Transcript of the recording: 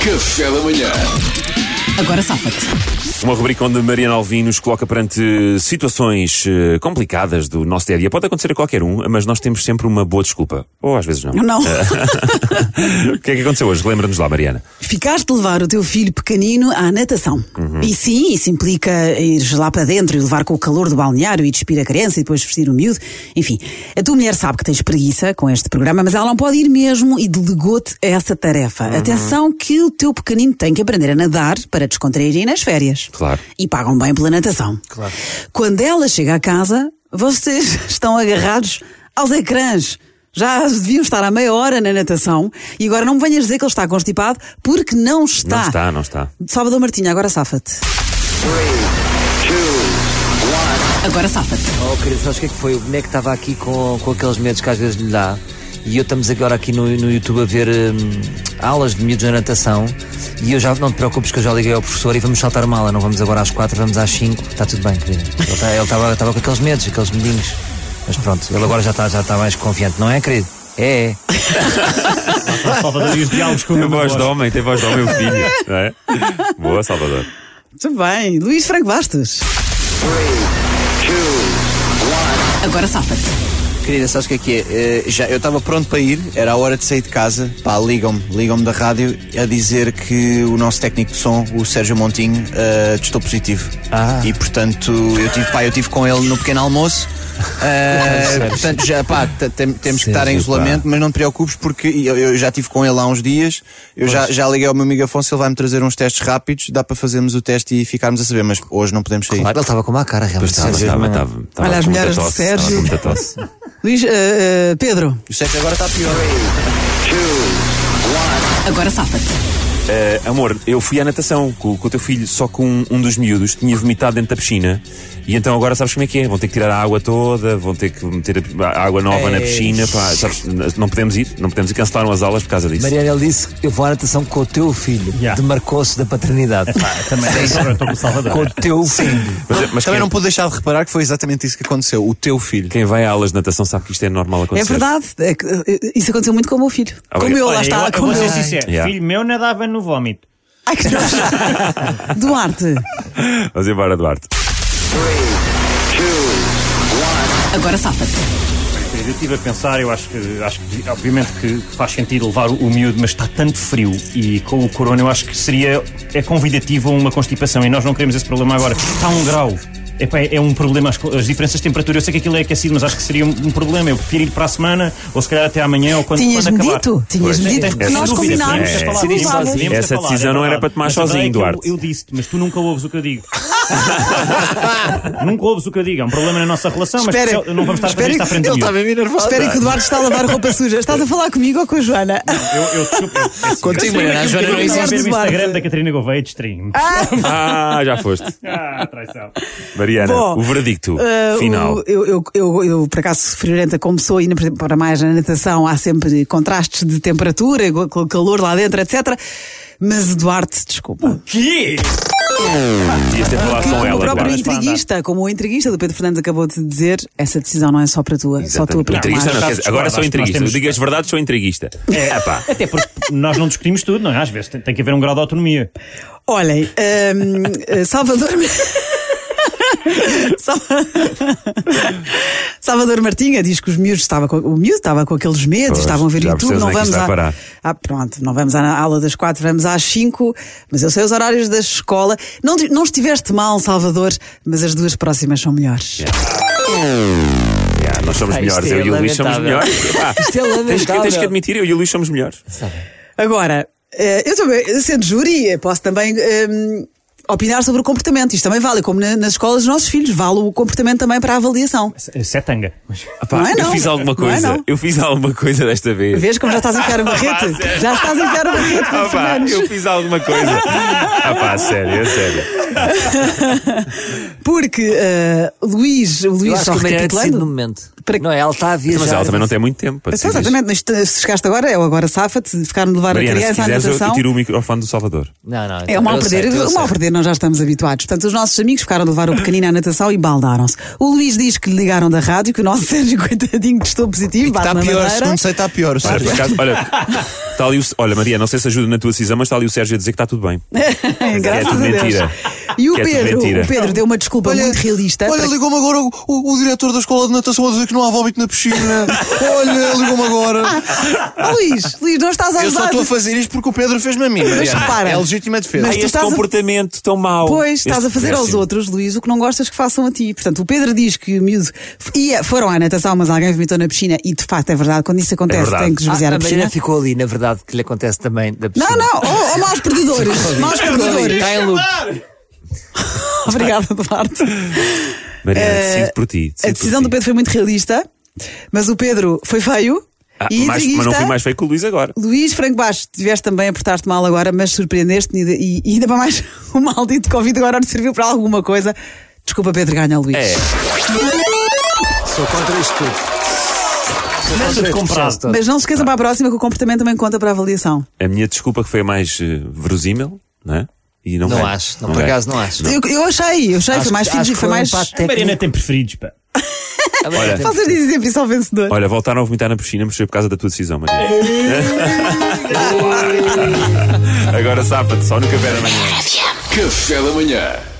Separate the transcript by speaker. Speaker 1: Café da manhã.
Speaker 2: Agora safa-te.
Speaker 3: Uma rubrica onde Mariana Alvim nos coloca perante eh, situações eh, complicadas do nosso dia a dia. Pode acontecer a qualquer um, mas nós temos sempre uma boa desculpa. Ou às vezes não.
Speaker 2: Não.
Speaker 3: o que é que aconteceu hoje? Lembra-nos lá, Mariana.
Speaker 2: Ficaste de levar o teu filho pequenino à natação. E sim, isso implica ires lá para dentro e levar com o calor do balneário e despir a criança e depois vestir o miúdo. Enfim, a tua mulher sabe que tens preguiça com este programa, mas ela não pode ir mesmo e delegou-te essa tarefa. Atenção que o teu pequenino tem que aprender a nadar para descontrair e ir nas férias.
Speaker 3: Claro.
Speaker 2: E pagam bem pela natação. Claro. Quando ela chega a casa, vocês estão agarrados aos ecrãs. Já deviam estar há meia hora na natação e agora não me venhas dizer que ele está constipado porque não está.
Speaker 3: Não está, não está.
Speaker 2: Salvador Martinha, agora safa-te. Agora safa-te.
Speaker 4: Oh, querido, sabes o que é que foi? O boneco estava aqui com, com aqueles medos que às vezes lhe dá. E eu estamos agora aqui no, no YouTube a ver hum, aulas de miúdos na natação. E eu já, não te preocupes que eu já liguei ao professor e vamos saltar uma aula. Não vamos agora às quatro, vamos às cinco. Está tudo bem, querida. Ele tá- Ele estava estava com aqueles medos, aqueles medinhos. Mas pronto, ele agora já está já está mais confiante, não é, querido? É, é.
Speaker 5: Salvador e os diálogos com o
Speaker 3: Tem
Speaker 5: meu
Speaker 3: voz
Speaker 5: voz.
Speaker 3: de homem, tem voz de homem, o filho. não é? Boa, Salvador.
Speaker 2: Muito bem. Luís Franco Bastos. Agora safa-te.
Speaker 6: Querida, sabes o que é que é? Eh, já, eu estava pronto para ir, era a hora de sair de casa. Pá, ligam-me, ligam-me da rádio a dizer que o nosso técnico de som, o Sérgio Montinho, eh, testou positivo.
Speaker 4: Ah.
Speaker 6: E portanto, eu tive, pá, eu tive com ele no pequeno almoço. Eh, portanto, já, pá, t- tem- temos que estar em
Speaker 3: Sérgio,
Speaker 6: isolamento, mas não te preocupes porque eu, eu já tive com ele há uns dias. Eu já, já liguei ao meu amigo Afonso, ele vai-me trazer uns testes rápidos, dá para fazermos o teste e ficarmos a saber, mas hoje não podemos sair.
Speaker 4: Claro, ele estava com uma cara realmente.
Speaker 3: Estava,
Speaker 4: sério.
Speaker 3: estava, estava. estava
Speaker 2: Olha, as
Speaker 3: com muita
Speaker 2: mulheres de
Speaker 3: tosse,
Speaker 2: Sérgio.
Speaker 3: estava com muita tosse.
Speaker 2: Luís, eh, eh, Pedro.
Speaker 6: O Sérgio agora está pior. é
Speaker 2: Agora safa-te.
Speaker 3: Eh, amor, eu fui à natação com, com o teu filho, só que um, um dos miúdos tinha vomitado dentro da piscina. E então agora sabes como é que é? Vão ter que tirar a água toda, vão ter que meter a- a água nova na piscina. pá, sabes, n- não podemos ir, não podemos ir, cancelaram as aulas por causa disso.
Speaker 4: Mariana, ele disse: Eu vou à natação com o teu filho.
Speaker 5: Yeah.
Speaker 4: Demarcou-se da paternidade.
Speaker 5: Também agora estou com o Salvador.
Speaker 4: com o teu filho.
Speaker 5: é,
Speaker 3: Mas, mas
Speaker 6: Também
Speaker 3: quem, é-
Speaker 6: não pude deixar de reparar que foi exatamente isso que aconteceu. O teu filho.
Speaker 3: quem vai a aulas de natação sabe que isto é normal
Speaker 2: É
Speaker 3: acontecer.
Speaker 2: verdade. É que, eh, Isso aconteceu muito com o meu filho.
Speaker 3: Ah,
Speaker 2: Como eu, lá
Speaker 5: Olha,
Speaker 2: está.
Speaker 5: eu, eu
Speaker 2: como
Speaker 5: vou ser
Speaker 2: eu.
Speaker 5: sincero.
Speaker 3: Yeah.
Speaker 5: Filho meu nadava no vómito.
Speaker 2: eh, Ai, que nojo. Duarte.
Speaker 3: Vamos embora, Duarte.
Speaker 2: Agora safa-te.
Speaker 5: Eu estive a pensar, eu acho que, acho que obviamente que faz sentido levar o, o miúdo, mas está tanto frio e com o corona eu acho que seria é convidativo a uma constipação e nós não queremos esse problema agora. Está um grau. Epá, é um problema, as, co- as diferenças de temperatura. Eu sei que aquilo é aquecido, mas acho que seria um, um problema. Eu prefiro ir para a semana ou se calhar até amanhã ou quando,
Speaker 2: Tinhas
Speaker 5: quando acabar. é,
Speaker 2: medido? Tinhas
Speaker 3: Pois.
Speaker 2: medido?
Speaker 3: Essa
Speaker 2: Que nós
Speaker 3: dúvida,
Speaker 2: combinámos.
Speaker 3: sim,
Speaker 2: que
Speaker 3: é. Essa
Speaker 2: tu
Speaker 3: decisão-
Speaker 2: levavas.
Speaker 3: Decidimos essa
Speaker 5: falar,
Speaker 3: decisão não era
Speaker 5: verdade.
Speaker 3: para tomar
Speaker 5: Mas a verdade
Speaker 3: sozinho,
Speaker 5: é que eu-
Speaker 3: Duarte.
Speaker 5: Eu, disse-te, mas tu nunca ouves o que eu digo. nunca ouves o que eu digo. É um problema na nossa relação,
Speaker 2: Espera,
Speaker 5: mas não vamos estar a fazer
Speaker 2: espera
Speaker 5: isto à
Speaker 2: que-
Speaker 5: frente do miúdo.
Speaker 6: mesmo nervoso.
Speaker 2: Espera que o Duarte está a lavar roupa suja. Estás a falar comigo ou com a Joana?
Speaker 5: Eu, eu, desculpa, eu, eu,
Speaker 6: Contigo, Mariana, a Joana
Speaker 5: Eu
Speaker 6: não
Speaker 5: estou a
Speaker 6: existe.
Speaker 5: ver o
Speaker 2: Duarte.
Speaker 5: Instagram da Catarina Gouveia de stream.
Speaker 3: Ah, já foste.
Speaker 5: Ah, traição.
Speaker 3: Mariana,
Speaker 2: Bom,
Speaker 3: o verdicto
Speaker 2: Uh,
Speaker 3: final.
Speaker 2: o- eu, eu, eu, eu, por acaso, friorenta como sou, e na- para mais na natação há sempre contrastes de temperatura, igual com o calor lá dentro, etc. Mas Duarte, desculpa.
Speaker 5: Que?
Speaker 3: Devias ter falado com
Speaker 2: Ah, o
Speaker 3: ela,
Speaker 2: próprio
Speaker 3: Duarte.
Speaker 2: intriguista, como o intriguista do Pedro Fernandes acabou de dizer, essa decisão não é só para tua, só tua para
Speaker 3: Intriguista não,
Speaker 2: tomar.
Speaker 3: quer dizer, agora sou
Speaker 5: Acho que nós
Speaker 3: intriguista.
Speaker 5: temos-
Speaker 3: Diga as verdades, sou intriguista. É, pá.
Speaker 5: Até porque nós não discutimos tudo, não é? Às vezes tem, tem que haver um grau de autonomia.
Speaker 2: Olhem, hum, eh, Salvador. Sal- Salvador Martinha diz que os miúdos estava com, o miúdo estava com aqueles medos,
Speaker 3: Pois,
Speaker 2: estavam a ver
Speaker 3: já
Speaker 2: YouTube,
Speaker 3: percebes
Speaker 2: não
Speaker 3: onde é
Speaker 2: vamos
Speaker 3: que está a
Speaker 2: à,
Speaker 3: parar.
Speaker 2: Ah, pronto, não vamos à aula das quatro, vamos às cinco, mas eu sei os horários da escola. Não, ti- não estiveste mal, Salvador, mas as duas próximas são melhores.
Speaker 3: É. Yeah, nós somos
Speaker 4: Ah, isto
Speaker 3: melhores,
Speaker 4: é
Speaker 3: eu e o Luís somos
Speaker 4: lamentável.
Speaker 3: melhores. Pá,
Speaker 4: Isto é
Speaker 3: tens, que, tens que
Speaker 4: lamentável.
Speaker 3: admitir, eu e o Luís somos melhores.
Speaker 2: Agora, eh, eu também, sendo júri, eh, posso também ehm, opinar sobre o comportamento. Isto também vale, como na- nas escolas dos nossos filhos, vale o comportamento também para a avaliação.
Speaker 5: S- eh, Setanga.
Speaker 3: Ah, Pá,
Speaker 2: Não é
Speaker 3: Eu
Speaker 2: não.
Speaker 3: fiz alguma
Speaker 2: Não é
Speaker 3: coisa.
Speaker 2: não.
Speaker 3: Eu fiz alguma coisa desta vez.
Speaker 2: Vês como já estás a enfiar o
Speaker 3: Ah,
Speaker 2: barrete?
Speaker 3: pá, sério?
Speaker 2: já estás a enfiar o barrete, Pedro
Speaker 3: Ah, pá,
Speaker 2: Fernandes.
Speaker 3: eu fiz alguma coisa. Ah, pá, sério, é sério.
Speaker 2: Porque eh, Luís, o
Speaker 4: Eu
Speaker 2: Luís
Speaker 4: acho
Speaker 2: só eh,
Speaker 4: que o Mariana decide no
Speaker 2: recapitulando.
Speaker 4: momento.
Speaker 2: Para...
Speaker 4: Não é? Ela está a viajar.
Speaker 3: Mas ela também não tem muito tempo. assim, para
Speaker 2: Sim,
Speaker 3: decidir.
Speaker 2: Então, exatamente, mas te- se chegaste agora, é o agora safa-te, de ficar-me levar
Speaker 3: Mariana,
Speaker 2: a
Speaker 3: se
Speaker 2: criança à
Speaker 3: quiseres, eu-
Speaker 2: natação.
Speaker 3: eu tiro o microfone do Salvador.
Speaker 4: Não, não.
Speaker 2: É
Speaker 4: eu
Speaker 2: o mal
Speaker 4: sei,
Speaker 2: perder,
Speaker 4: eu
Speaker 2: o mal
Speaker 4: sei.
Speaker 2: perder, nós já estamos habituados. Portanto, os nossos amigos ficaram de levar o pequenino à natação e baldaram-se. O Luís diz que lhe ligaram da rádio, que o nosso Sérgio, coitadinho, testou positivo, bate
Speaker 6: Está
Speaker 2: na
Speaker 6: Tá pior,
Speaker 2: madeira.
Speaker 6: segundo sei, está pior.
Speaker 3: Olha, por acaso, olha, está ali o, olha, Maria, não sei se ajuda na tua decisão, mas está ali o Sérgio a dizer que está tudo bem.
Speaker 2: Graças
Speaker 3: Que é tudo
Speaker 2: a Deus.
Speaker 3: mentira.
Speaker 2: E o
Speaker 3: Que é tudo
Speaker 2: Pedro,
Speaker 3: mentira.
Speaker 2: o Pedro deu uma desculpa muito realista. tá-
Speaker 6: Olha,
Speaker 2: para-
Speaker 6: ligou-me agora o, o- o diretor da escola de natação a dizer que não há vómito na piscina. Olha, ligou-me agora.
Speaker 2: Ah, Luís, Luís, não estás a
Speaker 6: Eu só
Speaker 2: ajudar.
Speaker 6: estou a fazer isto porque o Pedro fez-me a mim.
Speaker 2: Mas repara.
Speaker 6: é legítima defesa.
Speaker 2: Mas
Speaker 3: Ah,
Speaker 2: tu
Speaker 3: este
Speaker 2: estás a-
Speaker 3: comportamento tão mau.
Speaker 2: Pois,
Speaker 3: Este
Speaker 2: estás a fazer aos
Speaker 3: péssimo.
Speaker 2: outros, Luís, o que não gostas que façam a ti. Portanto, o Pedro diz que o miúdo f- ia, foram à natação, mas alguém vomitou na piscina e de facto é verdade, quando isso acontece,
Speaker 3: verdade.
Speaker 2: tem que esvaziar
Speaker 4: Ah,
Speaker 2: a
Speaker 4: a
Speaker 2: piscina.
Speaker 4: Mariana ficou ali, na verdade, que lhe acontece também da piscina.
Speaker 2: Não, não, ou, ou maus perdedores, maus perdedores.
Speaker 4: Está em loop.
Speaker 2: Obrigada, Duarte.
Speaker 3: Mariana,
Speaker 2: Eh,
Speaker 3: decido por ti. decido
Speaker 2: A
Speaker 3: por
Speaker 2: decisão
Speaker 3: ti.
Speaker 2: do Pedro foi muito realista, mas o Pedro foi feio
Speaker 3: Ah,
Speaker 2: e
Speaker 3: mais- mas não
Speaker 2: entreguista.
Speaker 3: fui mais feio que o Luís agora.
Speaker 2: Luís Franco Baixo, tiveste também a portar-te mal agora, mas surpreendeste-me e, e ainda para mais o maldito Covid agora te serviu para alguma coisa. Desculpa, Pedro, ganha o Luís.
Speaker 3: É.
Speaker 4: Sou contra isto tudo. Sou contra este
Speaker 5: comprado.
Speaker 4: processo todo.
Speaker 2: Mas não se esqueçam para a próxima que o comportamento também conta para a avaliação.
Speaker 3: A minha desculpa que foi a mais eh, verosímil, não é? E não, é.
Speaker 4: Não
Speaker 3: ganho.
Speaker 4: acho, não, por
Speaker 3: ganho.
Speaker 4: acaso não acho.
Speaker 2: Eu, eu achei, eu achei,
Speaker 4: Acho
Speaker 2: foi
Speaker 4: que-
Speaker 2: mais
Speaker 4: acho
Speaker 2: fixe,
Speaker 4: que
Speaker 2: foi
Speaker 4: um
Speaker 2: mais.
Speaker 4: empate
Speaker 5: A
Speaker 4: técnico.
Speaker 5: Mariana tem preferidos, pá.
Speaker 4: A Mariana
Speaker 3: Olha,
Speaker 4: tem-
Speaker 2: Vocês dizem sempre isso ao vencedor.
Speaker 3: Olha, voltaram a vomitar na piscina, mas foi por causa da tua decisão, Maria. Agora safa-te só no café da manhã.
Speaker 1: Café da manhã.